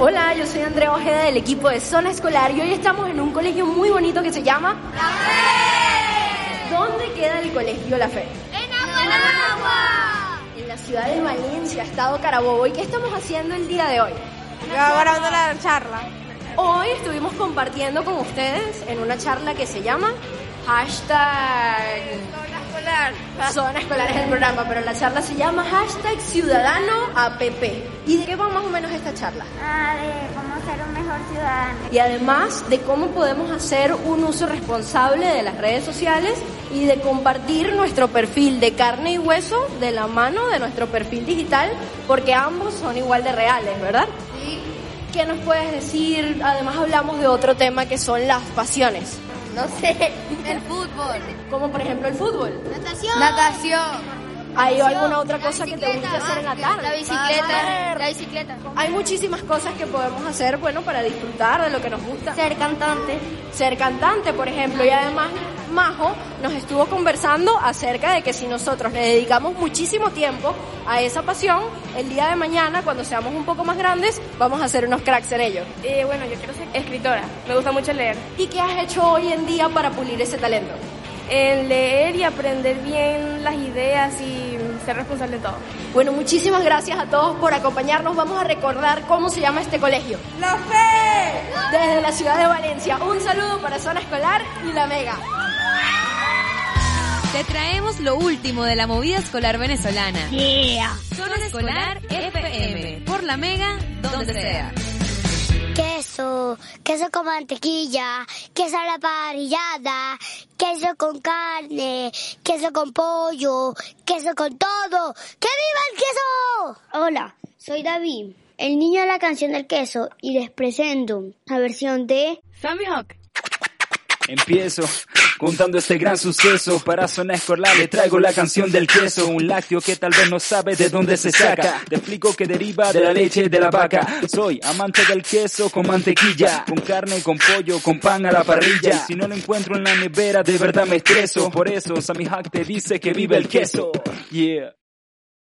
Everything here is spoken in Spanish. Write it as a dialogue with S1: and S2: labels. S1: Hola, yo soy Andrea Ojeda del equipo de Zona Escolar y hoy estamos en un colegio muy bonito que se llama La Fe. ¿Dónde queda el colegio La Fe?
S2: En Aguanagua.
S1: En la ciudad de Valencia, Estado Carabobo. ¿Y qué estamos haciendo el día de hoy?
S3: Grabando la charla.
S1: Hoy estuvimos compartiendo con ustedes en una charla que se llama hashtag
S3: Zona escolar.
S1: Zona Escolar es el programa, pero la charla se llama hashtag Ciudadano APP. ¿Y de qué va más o menos esta charla?
S2: Ah, de cómo ser un mejor ciudadano.
S1: y además de cómo podemos hacer un uso responsable de las redes sociales y de compartir nuestro perfil de carne y hueso de la mano de nuestro perfil digital, porque ambos son igual de reales, ¿verdad? ¿Qué nos puedes decir? Además hablamos de otro tema que son las pasiones,
S2: No sé.
S3: El fútbol.
S1: como por ejemplo el fútbol.
S2: Natación.
S3: Natación.
S1: ¿Hay alguna otra cosa que te guste hacer
S4: Ah,
S1: en la tarde? Correr.
S2: bicicleta.
S1: Hay muchísimas cosas que podemos hacer, bueno, para disfrutar de lo que nos gusta.
S2: Ser cantante.
S1: ser cantante, por ejemplo, y además Majo nos estuvo conversando acerca de que si nosotros le dedicamos muchísimo tiempo a esa pasión, el día de mañana, cuando seamos un poco más grandes, vamos a ser unos cracks en ello.
S5: Eh, bueno, yo quiero ser escritora. Me gusta mucho leer.
S1: ¿Y qué has hecho hoy en día para pulir ese talento?
S5: El Eh, leer y aprender bien las ideas y ser responsable de todo.
S1: Bueno, muchísimas gracias a todos por acompañarnos. Vamos a recordar cómo se llama este colegio.
S3: La fe.
S1: Desde la ciudad de Valencia, un saludo para Zona Escolar y La Mega.
S6: Te traemos lo último de la movida escolar venezolana.
S2: Yeah.
S6: Zona Escolar FM. Por la Mega, donde sea.
S4: queso, queso con mantequilla, queso a la parrillada, queso con carne, queso con pollo, queso con todo. ¡Que viva el queso! Hola, soy David, el niño de la canción del queso, y les presento la versión de
S6: Sammy Hawk.
S7: Empiezo contando este gran suceso para zona escolar le traigo la canción del queso un lácteo que tal vez no sabe de dónde se saca te explico que deriva de la leche de la vaca soy amante del queso con mantequilla con carne con pollo con pan a la parrilla si no lo encuentro en la nevera de verdad me estreso por eso Sammy Hack te dice que vive el queso yeah